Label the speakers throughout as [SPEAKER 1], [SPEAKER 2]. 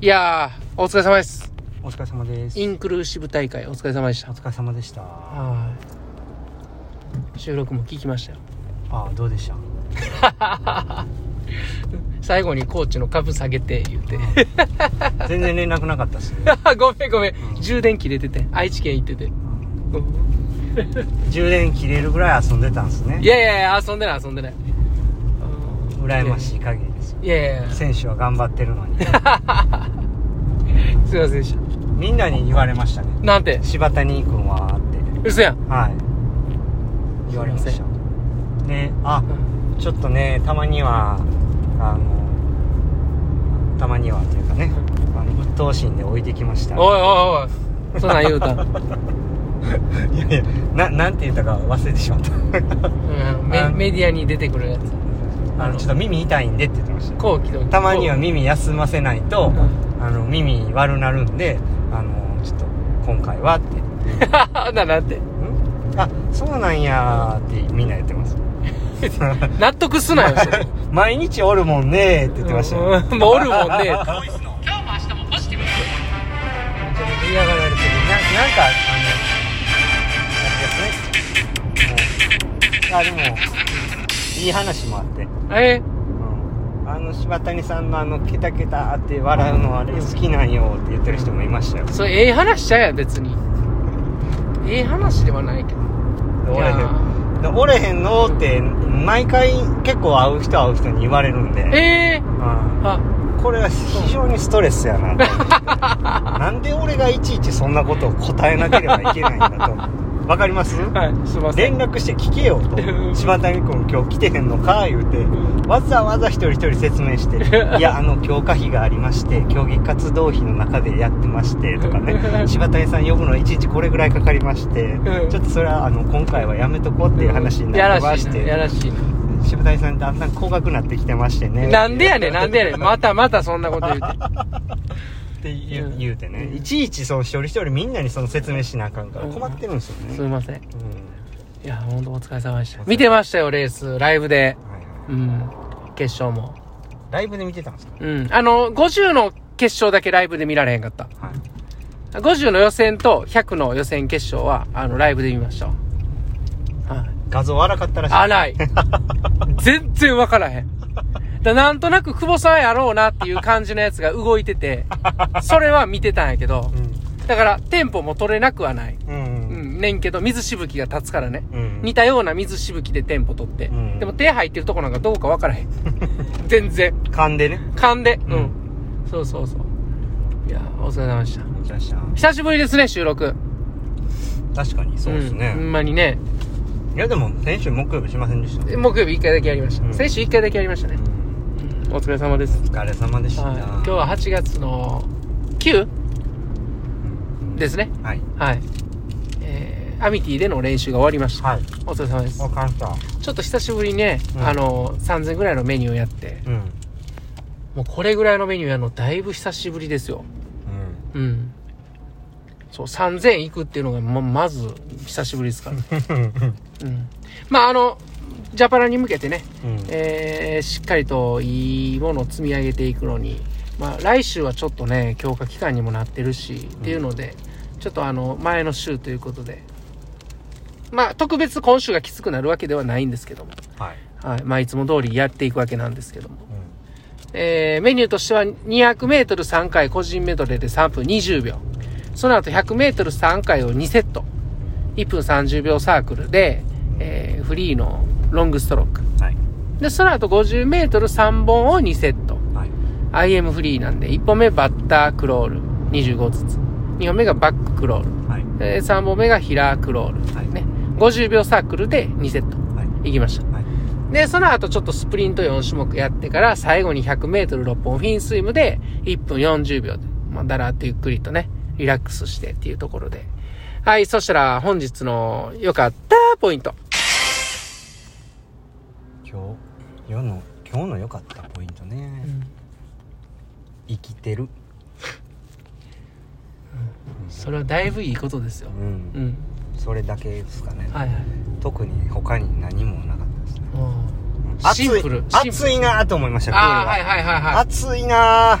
[SPEAKER 1] いやー、お疲れ様です。
[SPEAKER 2] お疲れ様です。
[SPEAKER 1] インクルーシブ大会、お疲れ様でし
[SPEAKER 2] お
[SPEAKER 1] た。
[SPEAKER 2] 疲れ様でした。あ
[SPEAKER 1] はい。収録も聞きましたよ。
[SPEAKER 2] あ、どうでした。
[SPEAKER 1] 最後にコーチの株下げて、言って。
[SPEAKER 2] 全然連絡なかったですね。
[SPEAKER 1] ごめんごめん
[SPEAKER 2] う。ん
[SPEAKER 1] 充電切れてて。愛知県行ってて。
[SPEAKER 2] 充電切れるぐらい遊んでたんですね。
[SPEAKER 1] いやいやいや、遊んでない遊んでない。
[SPEAKER 2] 羨まし
[SPEAKER 1] い
[SPEAKER 2] い限りですよ。
[SPEAKER 1] や。いやいやいや、すい
[SPEAKER 2] 選手は頑張ってるのに。
[SPEAKER 1] ませんでし
[SPEAKER 2] みんなに言われましたね。
[SPEAKER 1] た。なんて、
[SPEAKER 2] 柴谷君はって。
[SPEAKER 1] 嘘やん。
[SPEAKER 2] はい。言われまし
[SPEAKER 1] すい
[SPEAKER 2] た。ね、あ、ちょっとね、たまには、あの。たまにはというかね。あの鬱陶しいんで置いてきまし
[SPEAKER 1] お
[SPEAKER 2] た。
[SPEAKER 1] いおいおい。そんなん言う たん。
[SPEAKER 2] いやいや、な、なんて言ったか忘れてしまった。
[SPEAKER 1] うんメ
[SPEAKER 2] あ
[SPEAKER 1] メディアに出てくるやつ。
[SPEAKER 2] あの、ちょっと耳痛いんでって言ってました。
[SPEAKER 1] こう来て
[SPEAKER 2] たまには耳休ませないと、
[SPEAKER 1] う
[SPEAKER 2] あの耳悪なるんであのちょっと今回はって
[SPEAKER 1] な、なんて。
[SPEAKER 2] んあそうなんやーってみんな言ってます
[SPEAKER 1] 納得すなよ、それ。
[SPEAKER 2] 毎日おるもんねーって言ってましたよ
[SPEAKER 1] うんもうおるもんね
[SPEAKER 2] ななんかあの
[SPEAKER 1] 嫌がられて
[SPEAKER 2] あれですねもうあでもいい話もあって、
[SPEAKER 1] え
[SPEAKER 2] うん、あの柴谷さんのあのケタケタって笑うのあれ好きなんよって言ってる人もいましたよ
[SPEAKER 1] それええ話ちゃうやん別にええ話ではないけど
[SPEAKER 2] お
[SPEAKER 1] い
[SPEAKER 2] れへ
[SPEAKER 1] や
[SPEAKER 2] んで折れへんのって毎回結構会う人会う人に言われるんで
[SPEAKER 1] ええ
[SPEAKER 2] うん
[SPEAKER 1] あ
[SPEAKER 2] これは非常にストレスやなと思 ってなんで俺がいちいちそんなことを答えなければいけないん だとわかります
[SPEAKER 1] はいすいません
[SPEAKER 2] 連絡して聞けよと
[SPEAKER 1] う
[SPEAKER 2] 「
[SPEAKER 1] ん
[SPEAKER 2] 柴谷君今日来てへんのか?」言うて
[SPEAKER 1] ん
[SPEAKER 2] わざわざ一人一人説明して「いやあの強化費がありまして競技活動費の中でやってまして」とか
[SPEAKER 1] う
[SPEAKER 2] ね「
[SPEAKER 1] ん
[SPEAKER 2] 柴谷さん呼ぶの1日これぐらいかかりまして
[SPEAKER 1] うん
[SPEAKER 2] ちょっとそれはあの今回はやめとこう」っていう話に
[SPEAKER 1] や
[SPEAKER 2] な
[SPEAKER 1] ら
[SPEAKER 2] ってまし
[SPEAKER 1] しいなや
[SPEAKER 2] て
[SPEAKER 1] らしいな
[SPEAKER 2] 柴谷さんだんだん高額なってきてましてね
[SPEAKER 1] なんでやねんなんでやねんまたまたそんなこと言うて
[SPEAKER 2] って言
[SPEAKER 1] う
[SPEAKER 2] うん言うてねいちいちその一人一人みんなにその説明しなあかんから
[SPEAKER 1] うん
[SPEAKER 2] 困ってるんですよね
[SPEAKER 1] すいません
[SPEAKER 2] うん
[SPEAKER 1] いや本当お疲れ様でした見てましたよレースライブで
[SPEAKER 2] はいはい
[SPEAKER 1] うん決勝も
[SPEAKER 2] ライブで見てたんですか
[SPEAKER 1] うんあの50の決勝だけライブで見られへんかった
[SPEAKER 2] はい
[SPEAKER 1] 50の予選と100の予選決勝はあのライブで見ましたわはい
[SPEAKER 2] 画像荒かったらしい
[SPEAKER 1] 荒い。全然わからへん。だなんとなく久保さんやろうなっていう感じのやつが動いてて、それは見てたんやけど、だからテンポも取れなくはない。
[SPEAKER 2] うんうんうん
[SPEAKER 1] うん、ねんけど、水しぶきが立つからね。
[SPEAKER 2] うん
[SPEAKER 1] 似たような水しぶきでテンポ取って。
[SPEAKER 2] うん
[SPEAKER 1] でも手入ってるとこなんかどうかわからへん。全然。
[SPEAKER 2] 噛んでね
[SPEAKER 1] 勘で。うん。
[SPEAKER 2] う
[SPEAKER 1] そうそうそう。いや、お疲れ様でした。
[SPEAKER 2] 行きました
[SPEAKER 1] 久しぶりですね、収録。
[SPEAKER 2] 確かにそうです
[SPEAKER 1] んほ
[SPEAKER 2] ね、
[SPEAKER 1] んまにね。
[SPEAKER 2] いやでも先週木曜日しませんでした、う
[SPEAKER 1] 木曜日一回だけやりました。
[SPEAKER 2] うん
[SPEAKER 1] 先週一回だけやりましたね。
[SPEAKER 2] ん
[SPEAKER 1] うんお疲れ様です。
[SPEAKER 2] お疲れ様でした、
[SPEAKER 1] はい、今日は8月の 9? ですすね
[SPEAKER 2] はい
[SPEAKER 1] はいえー、アミティでの練習が終わりました
[SPEAKER 2] はい
[SPEAKER 1] お疲れ様です
[SPEAKER 2] わかった
[SPEAKER 1] ちょっと久しぶりにね、
[SPEAKER 2] うん
[SPEAKER 1] あの3000ぐらいのメニューやって
[SPEAKER 2] うん、うん、
[SPEAKER 1] もうこれぐらいのメニューやるのだいぶ久しぶりですようんそう3000いくっていうのがままず久しぶりです からうんまああのジャパラに向けてね、
[SPEAKER 2] うん
[SPEAKER 1] えーしっかりといいものを積み上げていくのに、まあ、来週はちょっとね強化期間にもなってるし、っていうのでちょっとあの前の週ということでまあ特別今週がきつくなるわけではないんですけども、
[SPEAKER 2] はい、
[SPEAKER 1] はいまあ、いつも通りやっていくわけなんですけども、えーメニューとしては 200m3 回個人メドレーで3分20秒その後 100m3 回を2セット1分30秒サークルで、えーフリーのロングストローク
[SPEAKER 2] うん、はい
[SPEAKER 1] で、その後 50m3 本を2セット。
[SPEAKER 2] はい
[SPEAKER 1] IM フリーなんで、1本目バッタークロール。25ずつ。2本目がバッククロール。
[SPEAKER 2] はい
[SPEAKER 1] で3本目がヒラークロール。
[SPEAKER 2] はい
[SPEAKER 1] ね。50秒サークルで2セット。
[SPEAKER 2] はい
[SPEAKER 1] いきました。
[SPEAKER 2] はい
[SPEAKER 1] で、その後ちょっとスプリント4種目やってから、最後に 100m6 本フィンスイムで、1分40秒で、まあ、だらーっとゆっくりとね、リラックスしてっていうところで。はい、そしたら本日の良かったポイント。
[SPEAKER 2] 今日世の今日の良かったポイントね、生きてる
[SPEAKER 1] それはだいぶいいことですよ
[SPEAKER 2] う。ん、
[SPEAKER 1] うん。
[SPEAKER 2] それだけですかね、
[SPEAKER 1] はいはい。
[SPEAKER 2] 特に他に何もなかったですね
[SPEAKER 1] シンプルシンプル
[SPEAKER 2] 暑い暑いなと思いました
[SPEAKER 1] ああ、
[SPEAKER 2] プール
[SPEAKER 1] はいはいはいはい。
[SPEAKER 2] 暑いなあ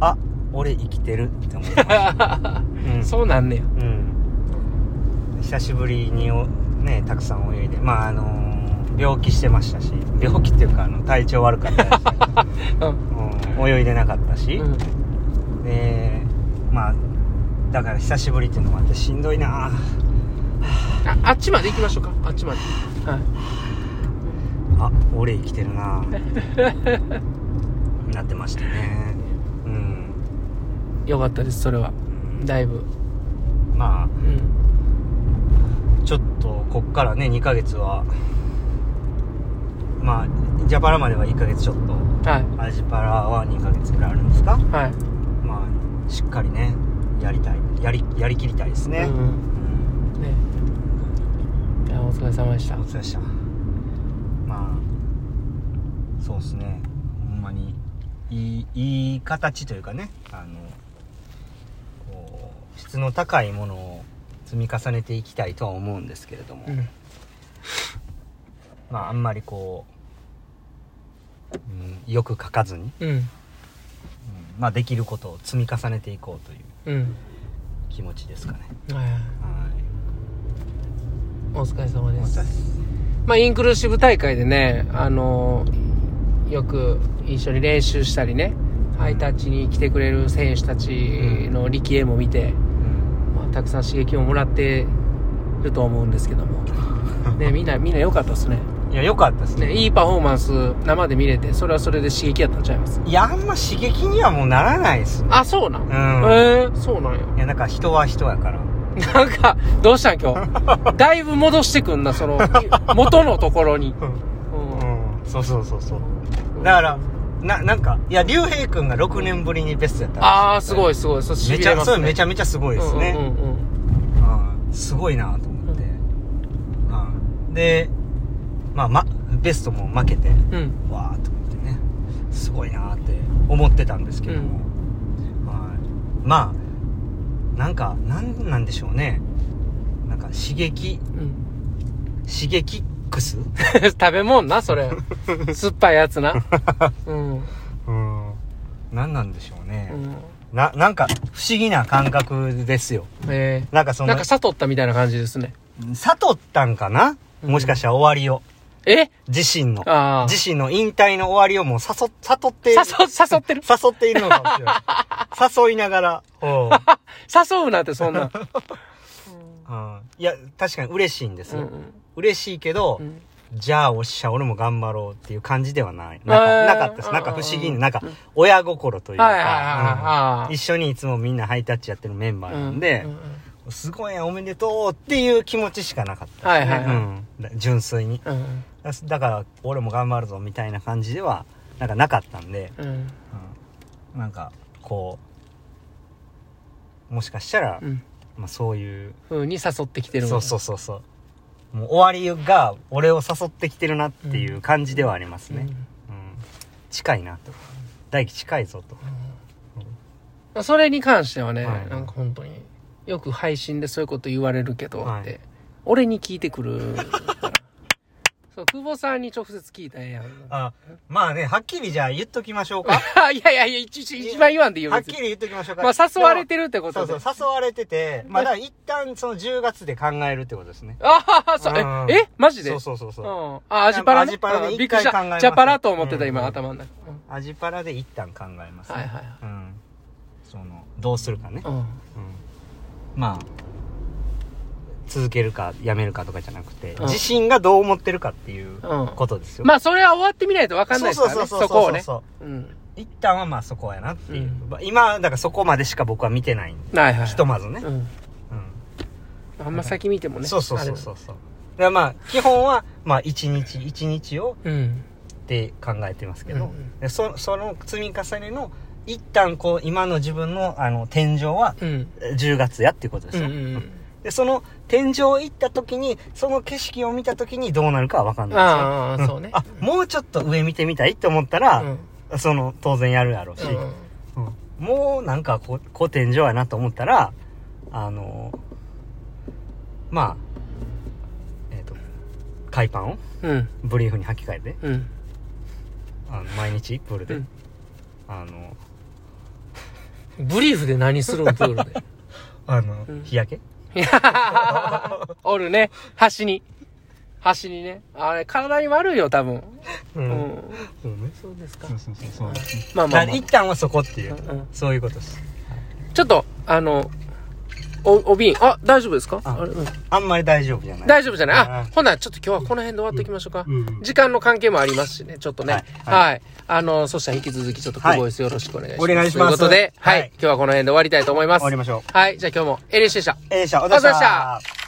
[SPEAKER 2] あ俺生きてるって思ってました うん
[SPEAKER 1] そうなんねや。
[SPEAKER 2] うん、久しぶりにお、ね、たくさん泳いでまああのー病気してましたし病気っていうかあの体調悪かったですけ
[SPEAKER 1] うん。
[SPEAKER 2] ど、 うん、泳いでなかったし、
[SPEAKER 1] うん
[SPEAKER 2] でまあだから久しぶりっていうのもあってしんどいな
[SPEAKER 1] ああっちまで行きましょうか。あっちまで。はい。
[SPEAKER 2] あ俺生きてるな なってましたねうん、
[SPEAKER 1] よかったです、それは。
[SPEAKER 2] うん
[SPEAKER 1] だいぶ。
[SPEAKER 2] まあ
[SPEAKER 1] うん。
[SPEAKER 2] ちょっとこっからね2ヶ月はまあジャパラまでは1ヶ月ちょっと
[SPEAKER 1] はい。
[SPEAKER 2] アジパラは2ヶ月くらいあるんですか
[SPEAKER 1] はい。
[SPEAKER 2] まあしっかりねやりたいやりやりきりたいですね、
[SPEAKER 1] うん。
[SPEAKER 2] うん
[SPEAKER 1] ね。いや、お疲れ様でした
[SPEAKER 2] お。疲れでしたまあそうですねほんまにいいいい形というかねあのこう質の高いものを積み重ねていきたいとは思うんですけれども、
[SPEAKER 1] うん。
[SPEAKER 2] まああんまりこう、うん、よく書かずに、
[SPEAKER 1] うん。
[SPEAKER 2] うんまあできることを積み重ねていこうという
[SPEAKER 1] うん。
[SPEAKER 2] 気持ちですかね
[SPEAKER 1] はい。
[SPEAKER 2] はい
[SPEAKER 1] お疲れ様で
[SPEAKER 2] 思っ
[SPEAKER 1] す
[SPEAKER 2] た。です
[SPEAKER 1] まあ、インクルーシブ大会でね、あのよく一緒に練習したりね、ハイタッチに来てくれる選手たちの力恵も見て、まあ、たくさん刺激をもらってると思うんですけども、ね、みんな、みんな良かったですね。
[SPEAKER 2] いや良かったですね
[SPEAKER 1] ね、いいパフォーマンス生で見れて、それはそれで刺激やったんちゃいます
[SPEAKER 2] いやあんま刺激にはもうならないですね
[SPEAKER 1] あ、そうなん、
[SPEAKER 2] うん
[SPEAKER 1] へえそうなんよ。
[SPEAKER 2] いやなんか人は人やから
[SPEAKER 1] なんか、どうしたん今 日。だいぶ戻してくんな、その、元のところに。うん
[SPEAKER 2] うんそうそうそうそうだからななんかいや竜兵君が6年ぶりにベストやった
[SPEAKER 1] ああ、すご
[SPEAKER 2] い
[SPEAKER 1] いすごい。そう、
[SPEAKER 2] め
[SPEAKER 1] 痺
[SPEAKER 2] ち
[SPEAKER 1] れ
[SPEAKER 2] ゃ
[SPEAKER 1] ま
[SPEAKER 2] そ
[SPEAKER 1] す
[SPEAKER 2] う
[SPEAKER 1] ね
[SPEAKER 2] めちゃめちゃすごいですね、
[SPEAKER 1] うんうんうん
[SPEAKER 2] うんすごいなと思って、うんで、まあま、ベストも負けて
[SPEAKER 1] うん
[SPEAKER 2] わーっと思ってねすごいなって思ってたんですけども、はいまあなんかなんなんでしょうねなんか刺激
[SPEAKER 1] うん
[SPEAKER 2] 刺激クス、
[SPEAKER 1] 食べ物なそ れ酸っぱいやつなうん、うん、
[SPEAKER 2] うん、なんなんでしょうね、ななんか不思議な感覚ですよ
[SPEAKER 1] え
[SPEAKER 2] なんかそ
[SPEAKER 1] ー、
[SPEAKER 2] の
[SPEAKER 1] なんか悟ったみたいな感じですね
[SPEAKER 2] 悟ったんかな、
[SPEAKER 1] うん
[SPEAKER 2] もしかしたら終わりを
[SPEAKER 1] え
[SPEAKER 2] 自身の
[SPEAKER 1] ああ
[SPEAKER 2] 自身の引退の終わりをもう誘悟っている
[SPEAKER 1] 誘誘ってる
[SPEAKER 2] 誘っているのかもしれない 誘いながらおう
[SPEAKER 1] 誘うなんてそん な
[SPEAKER 2] うんいや、確かに嬉しいんです。
[SPEAKER 1] うんうん
[SPEAKER 2] 嬉しいけど、
[SPEAKER 1] うん
[SPEAKER 2] じゃあおっしゃ、俺も頑張ろうっていう感じではない。なんか、
[SPEAKER 1] えー
[SPEAKER 2] なかったです。なんか不思議に、なんか、親心という
[SPEAKER 1] はいはいはい
[SPEAKER 2] か
[SPEAKER 1] は、い
[SPEAKER 2] うん一緒にいつもみんなハイタッチやってるメンバーなんで
[SPEAKER 1] うんう、ん
[SPEAKER 2] すごいやんおめでとうっていう気持ちしかなかった。
[SPEAKER 1] はいはいはい
[SPEAKER 2] うんだ純粋に。
[SPEAKER 1] うんうん
[SPEAKER 2] だだから、俺も頑張るぞみたいな感じでは、なんかなかったんで、
[SPEAKER 1] うん
[SPEAKER 2] うんなんか、こう、もしかしたら
[SPEAKER 1] う、ん
[SPEAKER 2] まあそういう、
[SPEAKER 1] ふうに誘ってきてる
[SPEAKER 2] そうそううそうそうもう終わりが俺を誘ってきてるなっていう感じではありますね、うん近いなと大輝近いぞと
[SPEAKER 1] んそれに関してはね、
[SPEAKER 2] はい
[SPEAKER 1] なんか本当によく配信でそういうこと言われるけどって、
[SPEAKER 2] はい
[SPEAKER 1] 俺に聞いてくる からそう久保さんに直接聞いたらええやん
[SPEAKER 2] あまあねはっきりじゃあ言っときましょうか
[SPEAKER 1] あいやいやいや、一一一番言わんでいいよ。
[SPEAKER 2] はっ
[SPEAKER 1] 別
[SPEAKER 2] き
[SPEAKER 1] に
[SPEAKER 2] り言っときましょうか
[SPEAKER 1] まあ、誘われて
[SPEAKER 2] る
[SPEAKER 1] るってこ
[SPEAKER 2] そ
[SPEAKER 1] と
[SPEAKER 2] う
[SPEAKER 1] で。
[SPEAKER 2] そう誘われててまあだから一旦その10月で考えるってことですね
[SPEAKER 1] ああ、そう
[SPEAKER 2] うん、
[SPEAKER 1] え、え、マジで
[SPEAKER 2] そうそうそうそう、
[SPEAKER 1] うん。あ、アジパラね。
[SPEAKER 2] アジパラで
[SPEAKER 1] うん
[SPEAKER 2] 一
[SPEAKER 1] びっく
[SPEAKER 2] 回
[SPEAKER 1] りし
[SPEAKER 2] 考えま
[SPEAKER 1] た。
[SPEAKER 2] す
[SPEAKER 1] ジャパラと思ってた、
[SPEAKER 2] うん
[SPEAKER 1] 今、頭の中。うん
[SPEAKER 2] アジパラで一旦考えます、
[SPEAKER 1] はいはいは
[SPEAKER 2] うんそのどうするかね、
[SPEAKER 1] うん。
[SPEAKER 2] うんまあ続けるかやめるかとかじゃなくて、
[SPEAKER 1] うん
[SPEAKER 2] 自身がどう思ってるかっていう
[SPEAKER 1] うん
[SPEAKER 2] ことですよ、
[SPEAKER 1] まあ、それは終わってみないと分かんないですからね。
[SPEAKER 2] そうそう
[SPEAKER 1] そ
[SPEAKER 2] そ
[SPEAKER 1] こを
[SPEAKER 2] うそうそう
[SPEAKER 1] ね。
[SPEAKER 2] そう
[SPEAKER 1] うん。
[SPEAKER 2] 一旦はまあそこやなっていう、
[SPEAKER 1] うん
[SPEAKER 2] まあ今だからそこまでしか僕は見てない
[SPEAKER 1] はいはい。
[SPEAKER 2] ひとまずね、
[SPEAKER 1] うん。あんま先見ても
[SPEAKER 2] うん
[SPEAKER 1] ね。
[SPEAKER 2] そうそうそう
[SPEAKER 1] う。
[SPEAKER 2] そうそうだからまあ基本はまあ一日一日を
[SPEAKER 1] うん。
[SPEAKER 2] って考えてますけど、
[SPEAKER 1] うんうん
[SPEAKER 2] でそその積み重ねの一旦こう今の自分のあの天井は
[SPEAKER 1] うん。
[SPEAKER 2] え10月やっていうことです
[SPEAKER 1] うん
[SPEAKER 2] よ、
[SPEAKER 1] うん
[SPEAKER 2] で、その天井行った時に、その景色を見た時にどうなるかはわかん
[SPEAKER 1] うん。
[SPEAKER 2] ない
[SPEAKER 1] あ
[SPEAKER 2] です
[SPEAKER 1] あ、
[SPEAKER 2] よ。
[SPEAKER 1] そうね
[SPEAKER 2] ん。あ、もうちょっと上見てみたいって思ったら、
[SPEAKER 1] うん。
[SPEAKER 2] その、当然やるやろうし、
[SPEAKER 1] うん
[SPEAKER 2] うんもうなんかこう、こう天井やなと思ったら、あのまあ、えっ、と、海パンを
[SPEAKER 1] うん。
[SPEAKER 2] ブリーフに履き替えて、
[SPEAKER 1] うん。
[SPEAKER 2] あの毎日プールで、
[SPEAKER 1] うん
[SPEAKER 2] あの
[SPEAKER 1] ブリーフで何するんプールで。
[SPEAKER 2] あの、
[SPEAKER 1] うん
[SPEAKER 2] 日焼け
[SPEAKER 1] いや おるね。端に。端にね。あれ、体に悪いよ、多分。
[SPEAKER 2] う
[SPEAKER 1] うん。
[SPEAKER 2] そうね
[SPEAKER 1] そうですか
[SPEAKER 2] そうそうそうそう
[SPEAKER 1] まあま
[SPEAKER 2] だ
[SPEAKER 1] あ、ま
[SPEAKER 2] から
[SPEAKER 1] あ
[SPEAKER 2] 一旦はそこっていう、
[SPEAKER 1] うんうん
[SPEAKER 2] そういうことです
[SPEAKER 1] ちょっと、あの、お、お瓶。あ、大丈夫ですか
[SPEAKER 2] あ
[SPEAKER 1] あれ、うん
[SPEAKER 2] あんまり大丈夫じゃない
[SPEAKER 1] 大丈夫じゃない
[SPEAKER 2] あ
[SPEAKER 1] あ
[SPEAKER 2] あ、
[SPEAKER 1] ほな、ちょっと今日はこの辺で終わっていきましょうか。
[SPEAKER 2] うん
[SPEAKER 1] 時間の関係もありますしね、ちょっとね。
[SPEAKER 2] は
[SPEAKER 1] はいい。
[SPEAKER 2] は
[SPEAKER 1] あの、そしたら引き続きちょっと、
[SPEAKER 2] はい
[SPEAKER 1] クボイスよろしくお願いします。
[SPEAKER 2] お願いします
[SPEAKER 1] ということで、はい、
[SPEAKER 2] はい
[SPEAKER 1] 今日はこの辺で終わりたいと思います。
[SPEAKER 2] 終わりましょ
[SPEAKER 1] はい。じゃあ今日も、エリシでした。
[SPEAKER 2] 哎うえいしょお疲れ様でし
[SPEAKER 1] お疲れ様
[SPEAKER 2] た